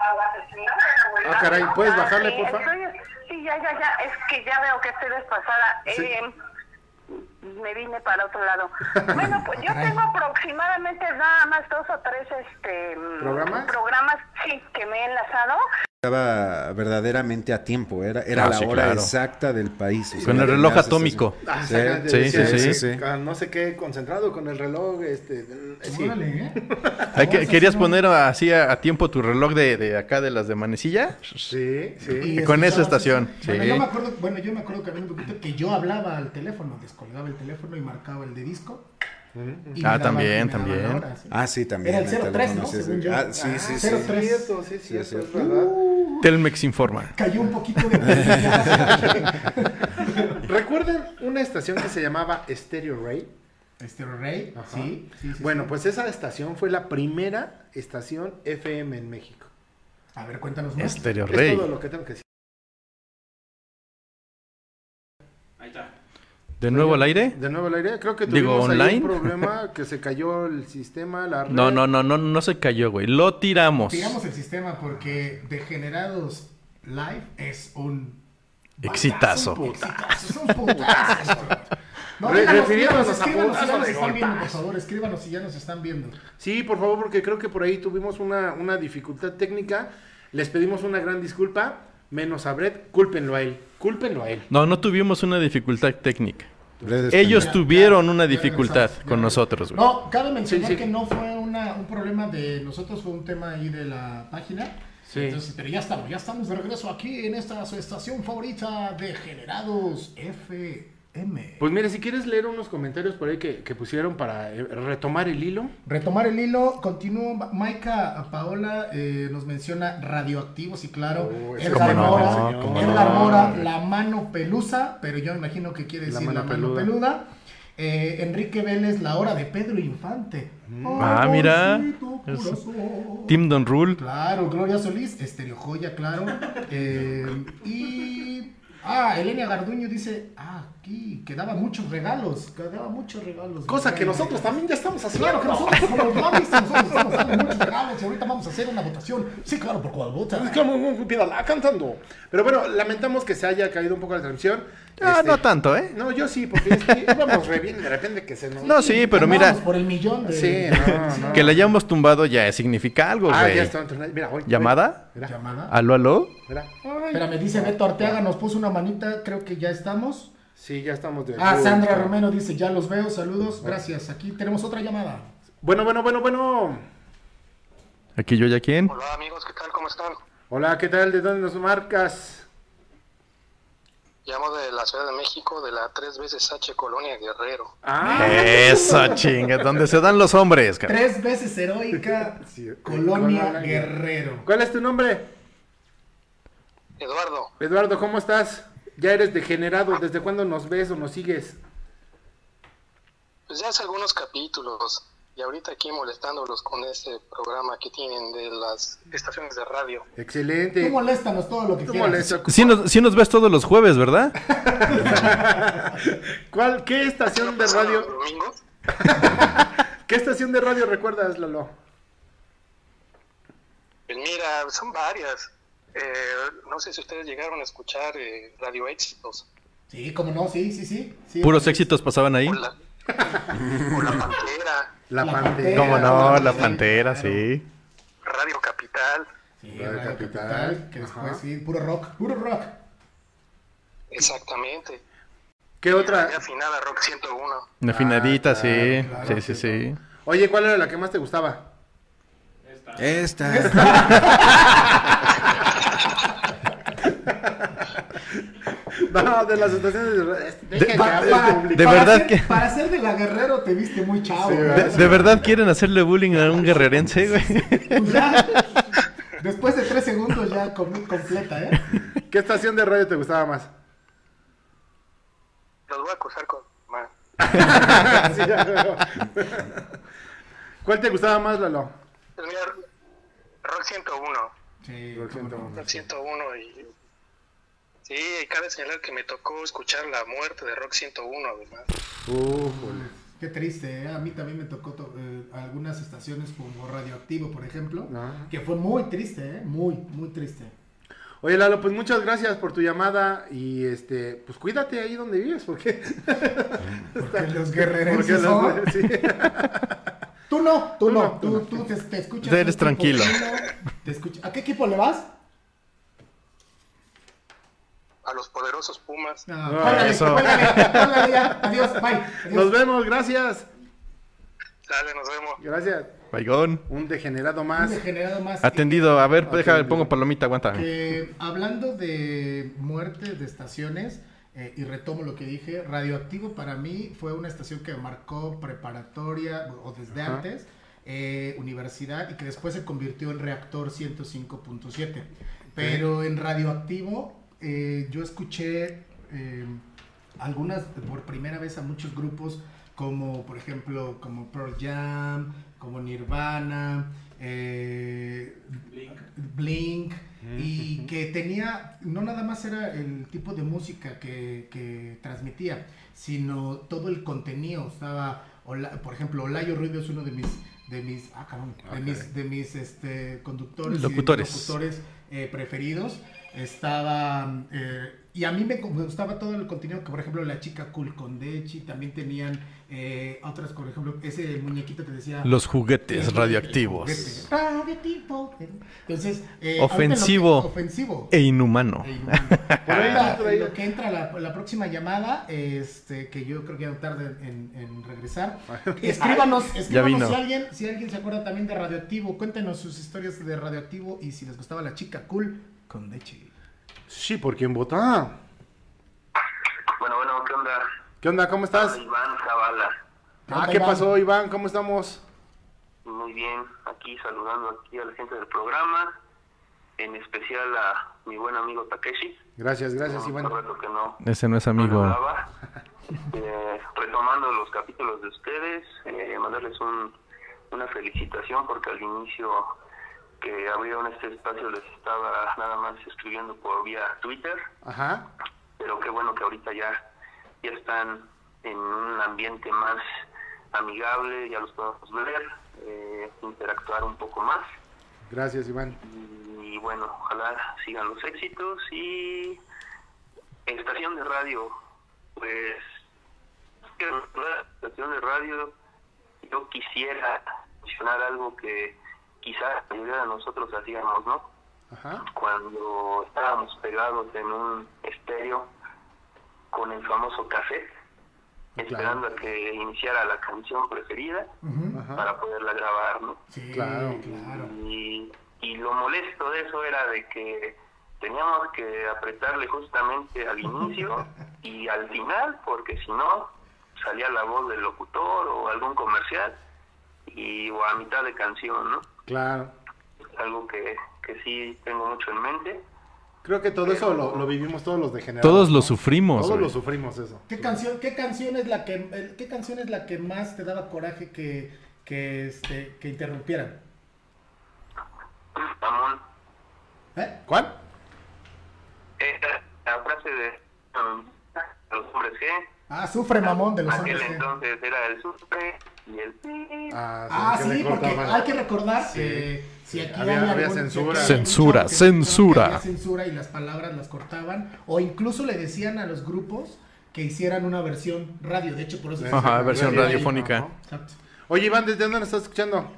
Ah, Ah, caray, ¿puedes bajarle, sí, porfa? estoy- Sí, ya, ya, ya, es que ya veo que estoy desfasada. Sí. Eh, me vine para <laughs> otro lado. Bueno, pues yo tengo aproximadamente nada más dos o tres este mm, ¿Programas? programas sí, que me he enlazado. Estaba verdaderamente a tiempo. Era, era Ah, la sí, hora claro. exacta del país. o Con sea, el reloj tenías atómico. Ah, Sí, saca- sí, decía, sí, eh, sí. ah, No sé qué, concentrado con el reloj, este, eh, sí. Órale, ¿eh? Hay que- Vamos a ¿Querías hacer un- poner así a, a tiempo tu reloj de, de acá de las de manecilla? Sí, sí. Y Con esa escuchabas estación, eso. Bueno, sí. yo me acuerdo, bueno, yo me acuerdo que había un poquito que yo hablaba al teléfono, descolgaba el teléfono y marcaba el de disco. Mm, y me Ah, daba- también, me daba también. la hora, sí. Ah, sí, también. Era el 03, ¿no? sí, sí. Según yo. Ah, sí, sí, sí. 03. Cierto, sí, cierto, cierto. es verdad. Telmex informa. Uh, Cayó un poquito <laughs> de <laughs> ¿Recuerdan una estación que se llamaba Stereo Ray? Este Rey, Ajá. sí, sí, sí, Bueno, sí. pues esa estación fue la primera estación FM en México. a ver, cuéntanos más. Estéreo Es Rey. todo lo que tengo que decir. ¿De nuevo al aire? De nuevo la idea, creo que Digo, tuvimos ahí online. un problema que se cayó el sistema, la red. No, no, no, no, no se cayó, güey. Lo tiramos. Tiramos el sistema porque Degenerados Live es un Exitazo. Exitazo, es un putazo. <laughs> No, Re- díganos, refiriéndonos díganos, a escríbanos si ya putazos nos de están viendo, por golpazos. favor, escríbanos si ya nos están viendo. Sí, por favor, porque creo que por ahí tuvimos una, una dificultad técnica. Les pedimos una gran disculpa, menos a Brett, cúlpenlo a él, cúlpenlo a él. No, no tuvimos una dificultad técnica. Redes Ellos Ya, tuvieron ya, una ya dificultad regresamos, ya con regresamos. nosotros, güey. No, cabe mencionar Sí, sí. que no fue una, un problema de nosotros, fue un tema ahí de la página. Sí. Entonces, pero ya estamos, ya estamos de regreso aquí en esta su estación favorita de Generados FM. Pues mire, si quieres leer unos comentarios por ahí que, que pusieron para eh, retomar el hilo. Retomar el hilo, continúa. Maika Paola eh, nos menciona radioactivos y claro, Oh, ese Edgar cómo no, Mora, señor. cómo Edgar no. Mora, la mano pelusa, pero yo me imagino que quiere La decir mano la mano peluda. peluda. Eh, Enrique Vélez, la hora de Pedro Infante. Mm. Ah, mira. Amorcito Es- corazón. Tim Don <laughs> Rule. Claro, Gloria Solís, Estereo Joya, claro. Eh, y Ah, Elena Garduño dice, ah, aquí, que daba muchos regalos, que daba muchos regalos. Cosa que Ay, nosotros también ya estamos haciendo. Claro que nosotros somos mamis, nosotros estamos dando muchos regalos y ahorita vamos a hacer una votación. Sí, claro, por cuál vota. Es como un pídala, cantando. Pero bueno, lamentamos que se haya caído un poco la transmisión. Ah, Este, no tanto, ¿eh? No, yo sí, porque este, íbamos re bien, de repente que se nos... No, sí, pero mira, Vamos por el millón de... Sí, no, no. que la hayamos tumbado ya significa algo, Ah, Pues, güey. ya está. entonces, Mira, hoy. ¿Llamada? Mira, llamada. ¿Aló, aló? mira. Espera, me dice Beto Arteaga, nos puso una manita, creo que ya estamos. Sí, ya estamos de... Ah, Sandra Romero dice, ya los veo, saludos, gracias. Aquí tenemos otra llamada. Bueno, bueno, bueno, bueno. ¿Aquí yo ya quién? Hola amigos, ¿qué tal? ¿Cómo están? Hola, ¿qué tal? ¿De dónde nos marcas? Llamo de la Ciudad de México, de la tres veces H Colonia Guerrero. Ah, Eso, chinga, donde se dan los hombres, cabrón. Tres veces heroica, <laughs> Sí, Colonia Colonia. Guerrero. ¿cuál es tu nombre? Eduardo, Eduardo, ¿cómo estás? Ya eres degenerado. ¿Desde cuándo nos ves o nos sigues? pues ya hace algunos capítulos y ahorita aquí molestándolos con ese programa que tienen de las estaciones de radio. Tú Excelente. moléstanos todo lo que Tú quieras. molesta. Sí nos, sí nos ves todos los jueves, ¿verdad? ¿Cuál, ¿Qué estación de Los radio? domingos? ¿Qué estación de radio recuerdas, Lalo? Pues mira, son varias. Eh, no sé si ustedes llegaron a escuchar eh, Radio Éxitos Sí, cómo no, sí, sí, sí. sí. Puros éxitos pasaban ahí. o la, o la Pantera, La, La Pantera. Pantera. Cómo no, la Sí, pantera, claro. sí. Radio Capital, Sí, Radio Radio Capital, Capital, que ajá. después sí, puro rock, puro rock. exactamente. ¿Qué otra? Y afinada Rock 101. Una afinadita, sí. claro, Sí, sí, sí. Oye, ¿cuál era la que más te gustaba? <laughs> Esta. No, de las estaciones de radio. Dejen que pa- hable el público. de para verdad ser, que- Para ser de la Guerrero te viste muy chavo. Sí, ¿verdad? ¿De, de verdad quieren hacerle bullying a un guerrerense, güey? <laughs> Pues ya, <laughs> después de tres segundos ya com- completa, ¿eh? ¿Qué estación de radio te gustaba más? Los voy a acusar con... ma- Sí, ya veo. ¿Cuál te gustaba más, Lalo? Pues mira, Rock 101. Sí, Rock 101 y... Sí, y cabe señalar que me tocó escuchar la muerte de Rock 101, además. Ujule. qué triste, ¿eh? A mí también me tocó to- eh, algunas estaciones como Radioactivo, por ejemplo, Ah. Ajá. que fue muy triste, ¿eh? Muy, muy triste. Oye, Lalo, pues muchas gracias por tu llamada y este, pues cuídate ahí donde vives, porque, <laughs> Porque los porque guerrerenses las- son- sí. Tú no, tú, Tú no, no, tú tú, no. tú te, te escuchas. Tú eres un equipo tranquilo. chino, te escucha- ¿A qué equipo le vas? A los poderosos Pumas. No, No, Ah, cuélgale, eso. cuélgale, cuélgale ya. Adiós, bye. adiós. Nos vemos, gracias. Dale, nos vemos. Gracias. Vaigón. Un degenerado Un más. degenerado más. Atendido, a ver, déjame, Atendido. pongo palomita, aguanta. Que, Eh, hablando de muerte de estaciones, eh, y retomo lo que dije, Radioactivo para mí fue una estación que marcó preparatoria o desde Ajá. antes, eh, universidad, y que después se convirtió en reactor 105.7. Pero en Radioactivo eh, yo escuché eh, algunas por primera vez a muchos grupos como por ejemplo como Pearl Jam, como Nirvana, eh, Blink, y que tenía, no nada más era el tipo de música que, que transmitía, sino todo el contenido. Estaba, Ola- por ejemplo, Olayo Rubio es uno de mis, de mis, ah, cabrón, de mis, de mis este, conductores, y de mis Locutores. locutores eh, preferidos. Estaba, eh, y a mí me gu- me gustaba todo el contenido, que por ejemplo la chica Cool con Dechi, también tenían eh, otras, por ejemplo, ese muñequito que decía... Los juguetes Juguete. radioactivos. Radioactivo. Entonces, eh, Ofensivo. ahorita lo que- ofensivo. E inhumano. E inhumano. Por ahí Ahorita, tú traías. lo que entra la, la próxima llamada, este, que yo creo que ya tarde en, en regresar. <laughs> Escríbanos, vino. escríbanos si alguien, si alguien se acuerda también de Radioactivo, cuéntenos sus historias de Radioactivo y si les gustaba la chica cool con Dechi. Sí, ¿por quién vota? Bueno, bueno, ¿qué onda? ¿Qué onda? ¿Cómo estás? Iván Zavala. Ah, ¿qué pasó, Iván? ¿Cómo estamos? Muy bien, aquí saludando aquí a la gente del programa, en especial a mi buen amigo Takeshi. Gracias, gracias, Un Iván. rato que no Ese no es no amigo. hablaba. <laughs> Este, retomando los capítulos de ustedes, eh, mandarles un- una felicitación porque al inicio que abrieron este espacio les estaba nada más escribiendo por vía Twitter Ajá. pero qué bueno que ahorita ya, ya están en un ambiente más amigable, ya los podemos ver, eh, interactuar un poco más. Gracias, Iván. Y bueno, ojalá sigan los éxitos y estación de radio, pues que la estación de radio yo quisiera mencionar algo que quizás la mayoría de nosotros hacíamos, ¿no? Ajá. Cuando estábamos pegados en un estéreo con el famoso cassette, esperando a que iniciara la canción preferida para poderla grabar, ¿no? Sí, Claro. claro. Y, y lo molesto de eso era de que teníamos que apretarle justamente al <laughs> inicio y al final, porque si no, salía la voz del locutor o algún comercial y o a mitad de canción, ¿no? Claro. Algo que, que sí tengo mucho en mente. Creo que todo eso lo, lo vivimos todos los degenerados. Todos lo ¿no? sufrimos. Todos güey. lo sufrimos eso. ¿Qué canción, qué canción es la que el- qué canción es la que más te daba coraje que, que, este, que interrumpieran? Ramón, ¿Eh? ¿Cuál? era la frase de um, los hombres G, Ah, sufre mamón de los ¿eh? aquel hombres. G. entonces era el supe y el pi. Ah, que le sí, porque cortaban. hay que recordar que si Sí, aquí había- había había algún- censura. si aquí había Censura, mucho que- censura. había censura y las palabras las cortaban o incluso le decían a los grupos que hicieran una versión radio, de hecho por eso se Ajá, llama versión radio ahí. radiofónica. Ajá, exacto. Oye, Iván, ¿desde dónde nos estás escuchando?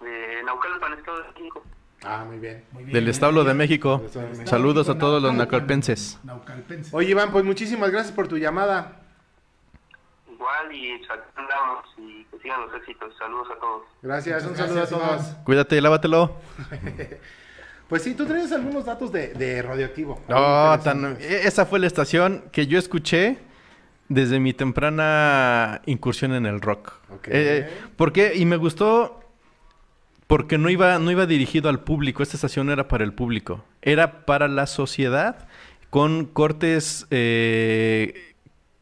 de Naucalpan, Estado de México. Ah, muy bien. Muy bien. Del establo de México. Del Establo de México. Saludos a todos los Naucalpan. nacalpenses. Naucalpenses. Oye, Iván, pues muchísimas gracias por tu llamada. Igual y andamos y que sigan los éxitos. Saludos a todos. Gracias, un Muchas saludo a gracias, todos. Iván. Cuídate, lávatelo. Pues sí, tú traes algunos datos de, de radioactivo. No, tan- e-, esa fue la estación que yo escuché desde mi temprana incursión en el rock. Ok. Eh, ¿Por qué? Y me gustó porque no iba, no iba dirigido al público. Esta estación era para el público. Era para la sociedad con cortes eh,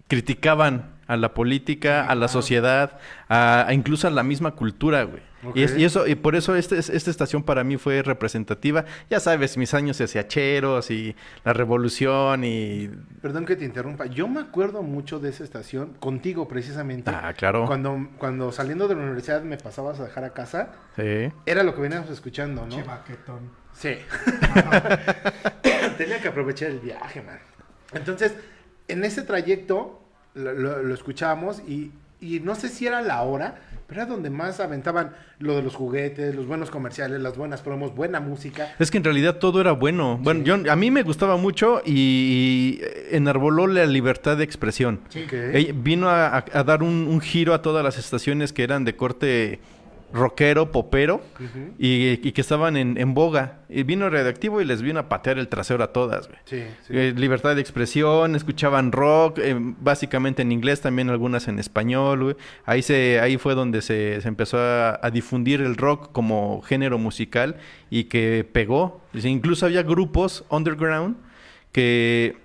criticaban a la política, a la sociedad, a, a incluso a la misma cultura, güey. Y, es- Ok. y eso, y por eso este, es- esta estación para mí fue representativa. Ya sabes, mis años hacheros y la revolución y... Eh, Perdón que te interrumpa. Yo me acuerdo mucho de esa estación, contigo precisamente. Ah, claro. Cuando, cuando saliendo de la universidad me pasabas a dejar a casa, Sí. era lo que veníamos escuchando, ¿no? Che baquetón. Sí. <laughs> Tenía que aprovechar el viaje, man. Entonces, en ese trayecto lo, lo- lo escuchábamos y, y no sé si era la hora, pero era donde más aventaban lo de los juguetes, los buenos comerciales, las buenas promos, buena música. Es que en realidad todo era bueno. Bueno, yo, a mí me gustaba mucho y, y, eh, enarboló la libertad de expresión. Ok. Ey, vino a, a- a dar un, un giro a todas las estaciones que eran de corte rockero, popero, Ujú. y, y que estaban en, en boga. Y vino Radioactivo y les vino a patear el trasero a todas, güey. Sí, sí. Eh, libertad de expresión, escuchaban rock, eh, básicamente en inglés, también algunas en español, güey. Ahí, se, ahí fue donde se, se empezó a, a difundir el rock como género musical y que pegó. Dice, Incluso había grupos underground que,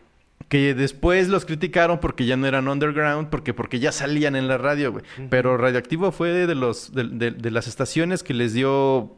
que después los criticaron porque ya no eran underground, porque, porque ya salían en la radio, güey. Pero Radioactivo fue de, los, de, de- de las estaciones que les dio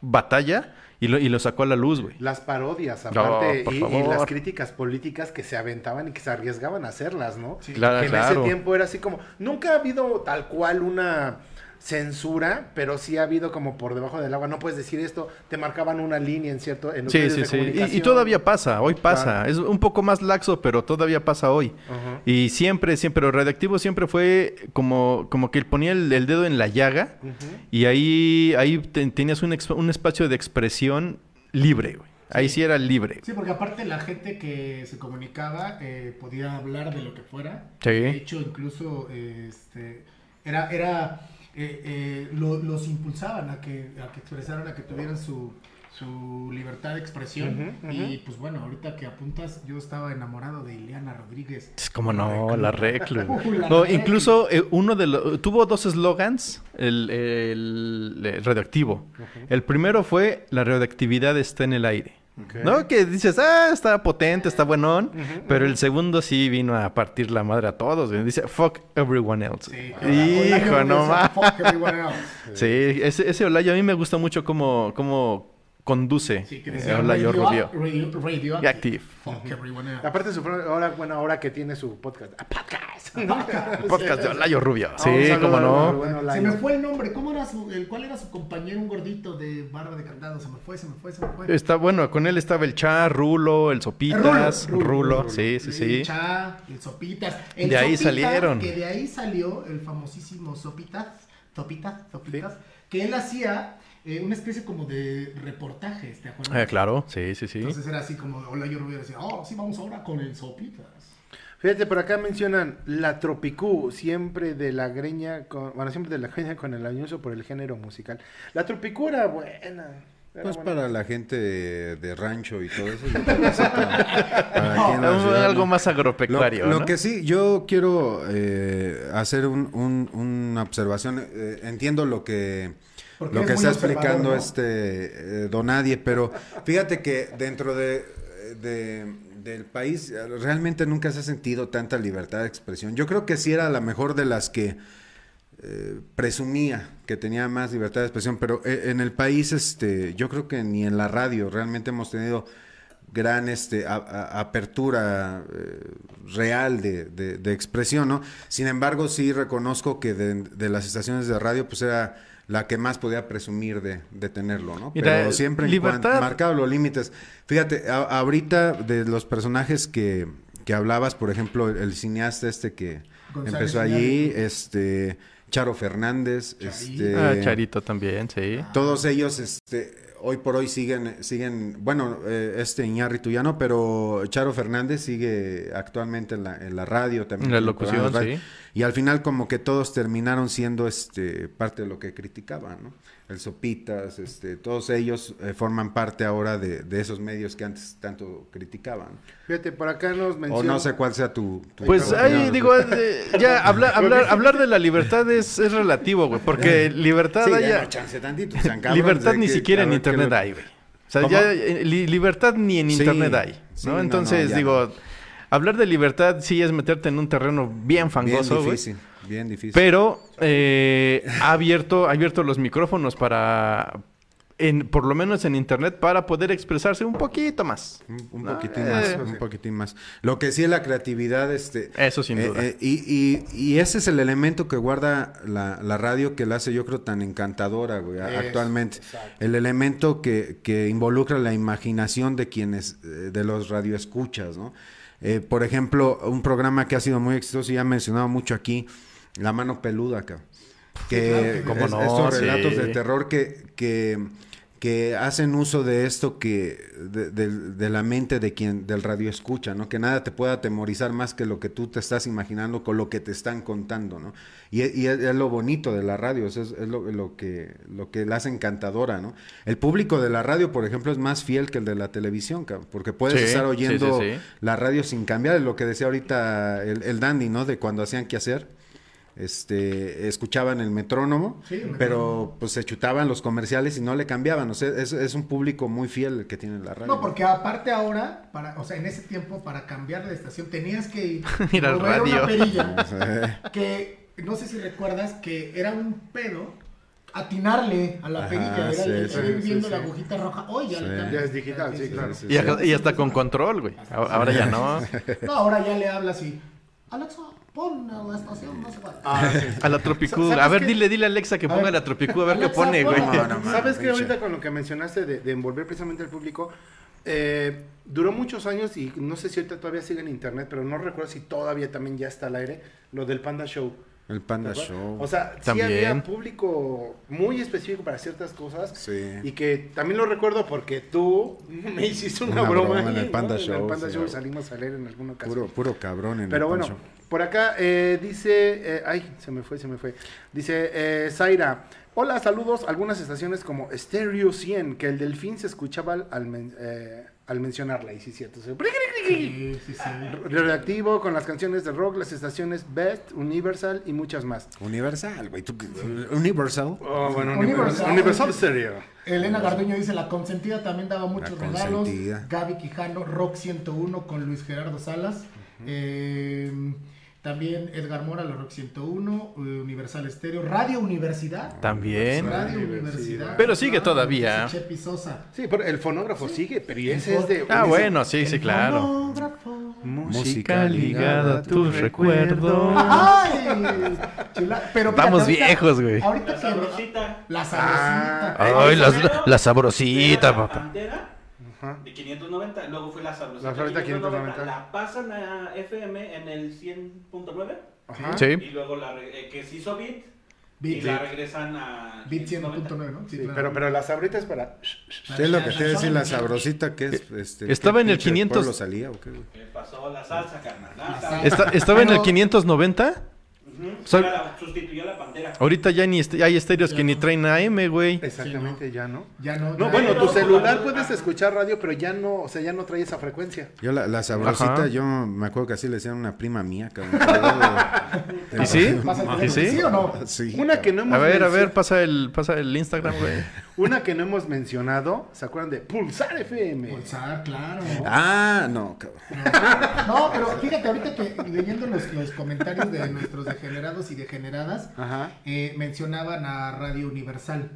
batalla y lo, y lo sacó a la luz, güey. Las parodias, No, aparte, por y, y favor. las críticas políticas que se aventaban y que se arriesgaban a hacerlas, ¿no? Claro, que en claro. ese tiempo era así como, nunca ha habido tal cual una censura, pero sí ha habido como por debajo del agua, no puedes decir esto, te marcaban una línea en cierto, en los Sí, medios sí, de sí. Y- Y, comunicación. todavía pasa, hoy pasa. Es un poco más laxo, pero todavía pasa hoy. Ajá. Y siempre, siempre, pero Radioactivo siempre fue como, como que ponía el, el dedo en la llaga Ujú. y ahí, ahí te- tenías un, ex- un espacio de expresión libre, güey. Ahí sí era libre. Sí, porque aparte la gente que se comunicaba eh, podía hablar de lo que fuera. Sí. De hecho, incluso eh, este, era, era eh, eh, lo- los impulsaban a que, a que expresaran, a que tuvieran su, su libertad de expresión. Ujú, Y pues bueno, ahorita que apuntas, yo estaba enamorado de Ileana Rodríguez. Es como no, la reclu. Uh, <laughs> la No, reclu. incluso eh, uno de los... Tuvo dos eslogans el, el- el radioactivo. El primero fue la radioactividad está en el aire. ¿No? Que dices, ah, está potente, está buenón. Pero el segundo sí vino a partir la madre a todos. güey. Dice, fuck everyone else. Sí, Hijo, no más. más. Sí, ese, ese Olayo a mí me gusta mucho cómo, cómo, conduce Sí, que eh, decía Olayo Rubio. radioac- <laughs> radio- Radioactive. Radioactive. Fuck everyone else. Aparte, su- ahora, bueno, ahora que tiene su <laughs> podcast. <laughs> ¡Ah, podcast! El podcast de Olayo Ah, Rubio. Sí, un saludo cómo al no. Olayo. Bueno, se Layo. me fue el nombre. ¿Cómo era su, el, ¿Cuál era su compañero, un gordito de barra de candado? Se me fue, se me fue, se me fue. Está bueno, con él estaba el Char, Rulo, el Sopitas, Rulo, Rulo, Rulo, sí, sí, sí. El Cha, el Sopitas. El De ahí Sopitas, salieron. Que de ahí salió el famosísimo Sopitas, Sopitas, Sopitas, que él hacía eh, una especie como de reportajes, ¿te acuerdas? Eh, claro, sí, sí, sí. Entonces era así como, hola, yo Rubio decía, oh, sí, vamos ahora con el Sopitas. Fíjate, por acá mencionan la Tropicú, siempre de la greña, con, bueno, siempre de la greña con el añoso por el género musical. La Tropicú era buena. era Pues buena. para la gente de, de rancho y todo eso. yo creo que sí, para- para aquí en la Ah, ciudad, <laughs> algo ¿no? más Lo, agropecuario. lo ¿no? que sí, yo quiero eh, hacer un- un- una observación. eh, entiendo lo que, Porque lo eres que muy está observador, explicando ¿no? este eh, Donadie, pero fíjate que dentro de, de- del país eh, realmente nunca se ha sentido tanta libertad de expresión. Yo creo que sí era la mejor de las que eh, presumía que tenía más libertad de expresión, pero eh, en el país, este, yo creo que ni en la radio realmente hemos tenido gran este, a- a- apertura eh, real de, de- de expresión, ¿no? Sin embargo, sí reconozco que de, de las estaciones de radio, pues era la que más podía presumir de, de tenerlo, ¿no? Pero Mira, siempre en libertad- cuan- marcado los límites. Fíjate, a- ahorita de los personajes que, que hablabas, por ejemplo, el, el cineasta este que González empezó allí, este Charo Fernández, este Ah, Charito también, sí. todos ellos este hoy por hoy siguen siguen bueno eh, este Iñárritu ya no pero Charo Fernández sigue actualmente en la, en la radio también En la tiene locución, programas de radio. sí. y al final como que todos terminaron siendo este parte de lo que criticaban no el Sopitas este todos ellos eh, forman parte ahora de, de esos medios que antes tanto criticaban Fíjate, por acá nos o mencionan. no sé cuál sea tu, tu Pues opinión ahí al digo, eh, ya hablar, hablar, hablar de la libertad es, es relativo, güey, porque libertad Eh, Sí, haya- ya no, chance tantito, o sea, cabrón, libertad de ni que- siquiera en cabrón, que internet lo- hay, güey. O sea, ¿Cómo? ya eh, li- libertad ni en Sí, internet hay, sí, no, ¿no? no, Entonces ya digo, hablar de libertad sí es meterte en un terreno bien Bien fangoso, güey. difícil, bien difícil. Pero eh, ha abierto, ha abierto los micrófonos para, en, por lo menos en internet, para poder expresarse un poquito más. Un, un ¿no? poquitín Eh, más, un poquitín más. Lo que sí es la creatividad, este... Eso sin eh, duda. eh, y, y- y ese es el elemento que guarda la, la radio que la hace, yo creo, tan encantadora, güey, a- Es, actualmente. El elemento que, que involucra la imaginación de quienes, eh, de los radioescuchas, ¿no? Eh, por ejemplo, un programa que ha sido muy exitoso y ya he mencionado mucho aquí, La Mano Peluda, acá. Que, Sí, claro que- es- Cómo no, estos sí. relatos de terror que, que, que hacen uso de esto que de, de- de la mente de quien del radio escucha, ¿no? Que nada te pueda atemorizar más que lo que tú te estás imaginando con lo que te están contando, ¿no? Y, e- y es, es lo bonito de la radio, o sea, es, es lo, lo que lo que la hace encantadora, ¿no? El público de la radio, por ejemplo, es más fiel que el de la televisión, cabrón, porque puedes Sí, estar sí, oyendo sí, sí. la radio sin cambiar, lo que decía ahorita el, el Dandy, ¿no? De cuando hacían qué hacer este, escuchaban el metrónomo, Sí, el metrónomo. pero pues se chutaban los comerciales y no le cambiaban. O sea, es, es un público muy fiel el que tiene la radio. No, porque aparte ahora, para, o sea, en ese tiempo, para cambiar de estación, tenías <laughs> que Ir al mover una radio. perilla. Eh, que no sé si recuerdas que era un pedo atinarle a la Ajá, perilla, era sí, el sí, ir sí, viendo sí. la agujita roja. Hoy ya, Sí. le cambias. Ya es digital, sí, claro. ¿eh? sí, Y, sí. acá- y hasta con control, güey. A- Ahora ya no. No, ahora ya le hablas y Alexa, pon a la estación, no sé cuál. <laughs> Ah, sí. A la Tropicú. ¿Sabes A ver, qué? dile, dile a Alexa que ponga ver. la Tropicú, a ver qué Alexa, pone, güey. ponla. No, no, man, ¿Sabes qué? pinche. Ahorita con lo que mencionaste de, de envolver precisamente al público, eh, duró muchos años y no sé si ahorita todavía sigue en internet, pero no recuerdo si todavía también ya está al aire, lo del Panda Show. el Panda ¿verdad? Show. O sea, sí También. había público muy específico para ciertas cosas. Sí. Y que también lo recuerdo porque tú <laughs> me hiciste una, Una broma, broma en ahí, el Panda ¿no? En el Show, Panda sí. Show y salimos a leer en alguna ocasión. puro, puro cabrón en el Pero Panda bueno, Show. por acá eh, dice, eh, ay, se me fue, se me fue. Dice eh, Zaira, hola, saludos. Algunas estaciones como Stereo 100, que el delfín se escuchaba al, al men- eh, al mencionarla, y sí, cierto. se- Sí, sí, sí. Radioactivo, con las canciones de rock, las estaciones Best, Universal y muchas más. Universal, güey. tú que- Universal. Oh, bueno, Universal. Universal Stereo. Elena Garduño dice, la consentida también daba muchos La regalos. consentida. Gaby Quijano, Rock 101 con Luis Gerardo Salas. Eh, También Edgar Mora, La Rock 101, Universal Estéreo, Radio Universidad. También. Radio Universidad. Universidad. Ah, Pero sigue todavía. Chepi Sosa. Sí, pero el fonógrafo sigue, pero y ese El es de. Ah, ese- bueno, sí, sí, claro. Fonógrafo. Música ligada a tus recuerdos. ¡Ay! chula. Pero fíjate, Estamos ahorita- viejos, güey. Ahorita que- sabrosita. La sabrosita. Ay, la, la sabrosita, Era la papá. Pantera Ajá. de 590, luego fue la sabrosita. La Sabrosita 590. La pasan a FM en el 100.9 Ajá. Sí. y luego la re- eh, que se hizo Beat, y Bit, la regresan a Bit 100.9. 100.9, ¿no? Sí, Sí, claro. pero, pero la sabrita es para. ¿Qué es lo que te decía la sabrosita que es? Este, Eh, Estaba ¿qué en el pinche 500. pueblo salía o qué, güey? Eh, pasó la salsa, carnal. La salsa. Está- estaba en el Pero- 590. Ujú, Sol- era la- sustituyó a la pantera. Ahorita ya ni est- hay estéreos que ni traen AM, güey. Exactamente, ya no. Ya no. No, ya- bueno, tu no, celular no, puedes ajá. escuchar radio, pero ya no, o sea, ya no trae esa frecuencia. Yo la, la sabrosita, Ajá. yo me acuerdo que así le decían a una prima mía, cabrón. ¿Y sí? ¿Pasa ¿Y Ah, el teléfono? sí? ¿Sí o no? Sí, Una que cabrón. no hemos A ver, a mencio- ver, pasa el, pasa el Instagram, güey. Una que no hemos mencionado, ¿se acuerdan de Pulsar FM? Pulsar, claro. Ah, no, cabrón. No, pero fíjate, ahorita que leyendo los, los comentarios de nuestros degenerados y degeneradas, Ajá. eh, mencionaban a Radio Universal.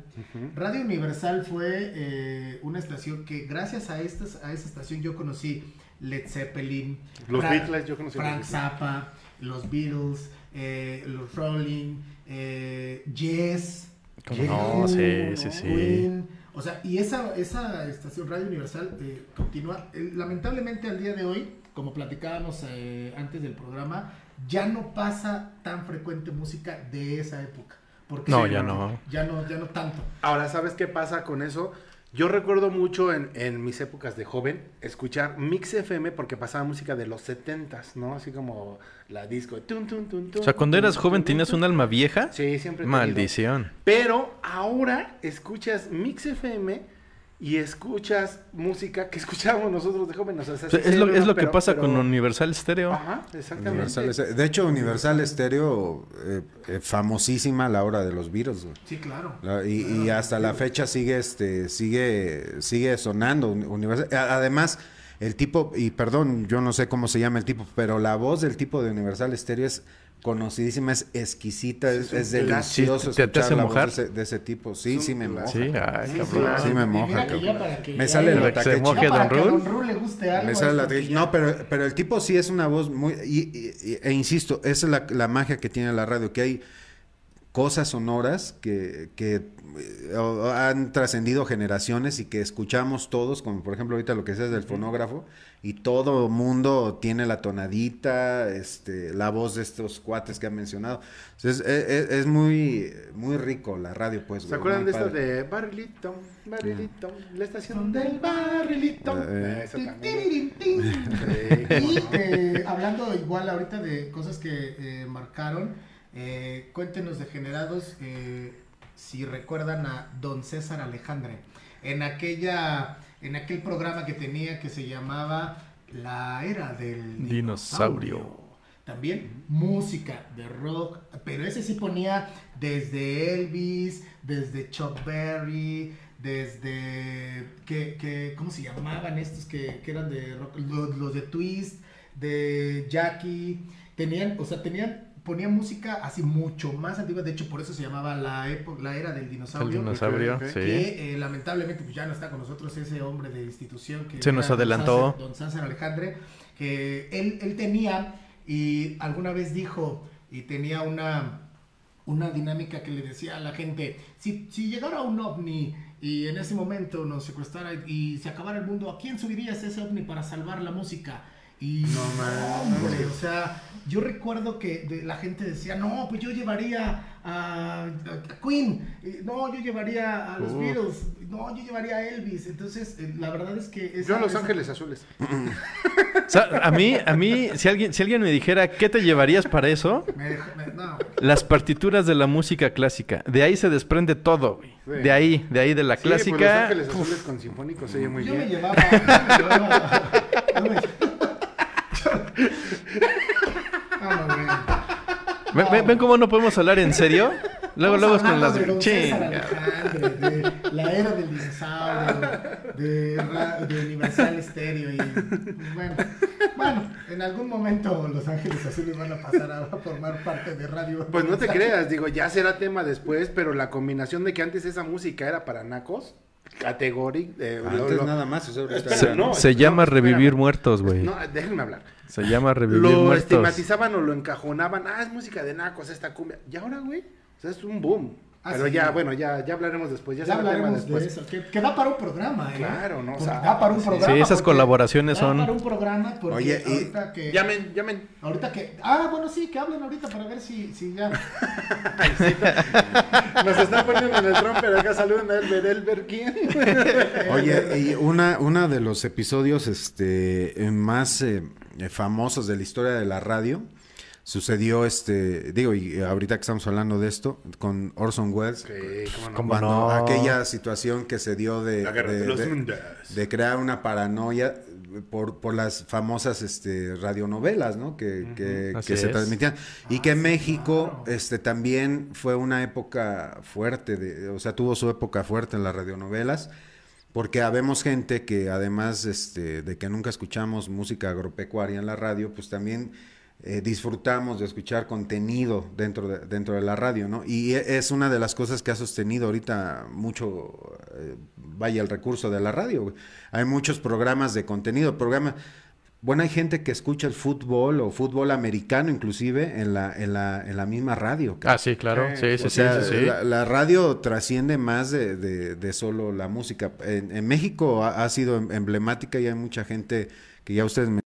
Radio Universal fue eh, una estación que gracias a, estas, a esa estación yo conocí Led Zeppelin, Los Fra- Beatles, yo conocí a los Frank Beatles. Zappa, los Beatles, eh, los Rolling, eh, Yes. ¿Cómo no? Sí, sí, sí. Queen. O sea, y esa, esa estación Radio Universal eh, continúa. Eh, lamentablemente al día de hoy, como platicábamos eh, antes del programa, ya no pasa tan frecuente música de esa época. Porque No, ya no. Ya no, ya no tanto. Ahora, ¿sabes qué pasa con eso? Yo recuerdo mucho en, en mis épocas de joven escuchar Mix FM porque pasaba música de los 70s, ¿no? Así como la disco. tun, tun, tun, tun, O sea, cuando tun, eras tun, joven tun, tenías tun. un alma vieja. Sí, siempre. he tenido. Maldición. Pero ahora escuchas Mix FM y escuchas música que <laughs> escuchábamos nosotros de jóvenes. O sea, sí O sea, sé, Pues, es lo, ¿no? es lo que Pero- pasa pero- Ah, con Universal Stereo. Ajá, exactamente. Universal Estéreo. de hecho, Universal Stereo, eh, eh, famosísima a la hora de los virus, güey. Sí, claro. La- y, y hasta la fecha sigue este sigue sigue sonando Uni- Universal. A- Además, el tipo y perdón, yo no sé cómo se llama el tipo, pero la voz del tipo de Universal Stereo es conocidísima, es exquisita, es, es delicioso Sí, te- te escuchar hace la mojar. voz de ese, de ese tipo. Sí, sí me moja. Sí, ay, Sí, cabrón. claro. Sí me Y moja, mira que ya cabrón. para que Me ya- sale Para el que se ataque ya moje chico. para Don que Rule. Don Rule le guste algo. Me sale es la porque tri- ya- No, pero, pero el tipo sí es una voz muy... y- y- y- e insisto, esa es la, la magia que tiene la radio, que hay cosas sonoras que, que, eh, o- o han trascendido generaciones y que escuchamos todos, como por ejemplo ahorita lo que es del fonógrafo, y todo mundo tiene la tonadita, este, la voz de estos cuates que han mencionado. Entonces, es, es- es muy, muy rico la radio, pues. ¿Se güey, acuerdan de muy esta padre. de Barrilito, Barrilito, la estación del barrilito. Eh, Eso Tin, también. tiririn, tin. Sí, Y cómo no. eh, hablando igual ahorita de cosas que eh, marcaron, eh, cuéntenos degenerados eh, si recuerdan a don César Alejandre. En aquella, en aquel programa que tenía que se llamaba La Era del Dinosaurio. También música de rock, pero ese sí ponía desde Elvis, desde Chuck Berry, desde... Que, que, ¿Cómo se llamaban estos que, que eran de rock? Los, los de Twist, de Jackie. Tenían, o sea, tenían, ponían música así mucho más antigua. De hecho, por eso se llamaba la, época, la era del El dinosaurio. dinosaurio, ok, ok. sí. Que eh, lamentablemente pues, ya no está con nosotros ese hombre de institución que Se nos era don adelantó. Sácer- Don César Alejandre, que él, él tenía y alguna vez dijo y tenía una, una dinámica que le decía a la gente, si, si llegara un ovni y en ese momento nos secuestrara y se acabara el mundo, ¿a quién subirías ese ovni para salvar la música? Y no, hombre, o sea, yo recuerdo que de- la gente decía, no, pues yo llevaría a, a Queen, eh, no, yo llevaría a los Uf. Beatles, no, yo llevaría a Elvis. Entonces, eh, la verdad es que... esa- Yo a Los esa- Ángeles Azules. O sea, a mí, a mí, si alguien, si alguien me dijera qué te llevarías para eso, Me dejó- me- no, las partituras de la música clásica. De ahí se desprende todo, güey. Sí. De ahí, de ahí de la Sí, pues, Los clásica. Ángeles Azules con Sinfónico se oye muy yo me bien. llevaba... yo me llevaba- yo me- Ah, no, güey. ¿Ven, ven- ven cómo no podemos hablar <laughs> en serio? Luego, luego Estamos es con hablando las... de don César Chinga. Alejandre, de la era del dinosaurio, de, ra- de Universal Stereo y pues, bueno, bueno, en algún momento Los Ángeles Azules van a pasar a formar parte de Radio. Pues no te Universal. creas, digo, ya será tema después, pero la combinación de que antes esa música era para nacos, eh, categórica. Antes nada más, o sea, ahorita Espera, ya Se, no. no, se llama espérame. Revivir Muertos, güey. No, déjenme hablar. Se llama Revivir Lo Muertos. estigmatizaban o lo encajonaban. Ah, es música de nacos, esta cumbia. Y ahora, güey, o sea, es un boom. Ah, pero sí, ya, ya. bueno, ya, ya hablaremos después. Ya, Ya será tema hablaremos después. de eso, que, que da para un programa, ¿eh? Claro, no, o Porque sea, da para un sí, programa. sí, esas porque- colaboraciones da son- para un programa porque Oye, y- ahorita que... Llamen, llamen. Ahorita que... Ah, bueno, sí, que hablen ahorita para ver si, si ya... Nos está poniendo en el tromper <laughs> acá. Saluden a Elber, Elber, ¿quién? Oye, y una, una de los episodios este, eh, más eh, eh, famosos de la historia de la radio sucedió, este, digo, y eh, ahorita que estamos hablando de esto, con Orson Welles. <laughs> Sí, cómo no. ¿Cómo Cuando no? aquella situación que se dio de, La guerra de los mundos. de crear una paranoia eh, por, por las famosas este, radionovelas, ¿no? Que, que- Así que se es. transmitían. Y que México este, también fue una época fuerte, de, o sea, tuvo su época fuerte en las radionovelas. Porque habemos gente que además este, de que nunca escuchamos música agropecuaria en la radio, pues también eh, disfrutamos de escuchar contenido dentro de, dentro de la radio, ¿no? Y e- es una de las cosas que ha sostenido ahorita mucho, eh, vaya el recurso de la radio. güey. Hay muchos programas de contenido, programas... Bueno, hay gente que escucha el fútbol o fútbol americano inclusive en la, en la, en la misma radio. Ah, sí, claro. Sí, sí, sí, O sea, sí, sí. La, la radio trasciende más de, de- de solo la música. En, en México ha, ha sido em- emblemática y hay mucha gente que ya ustedes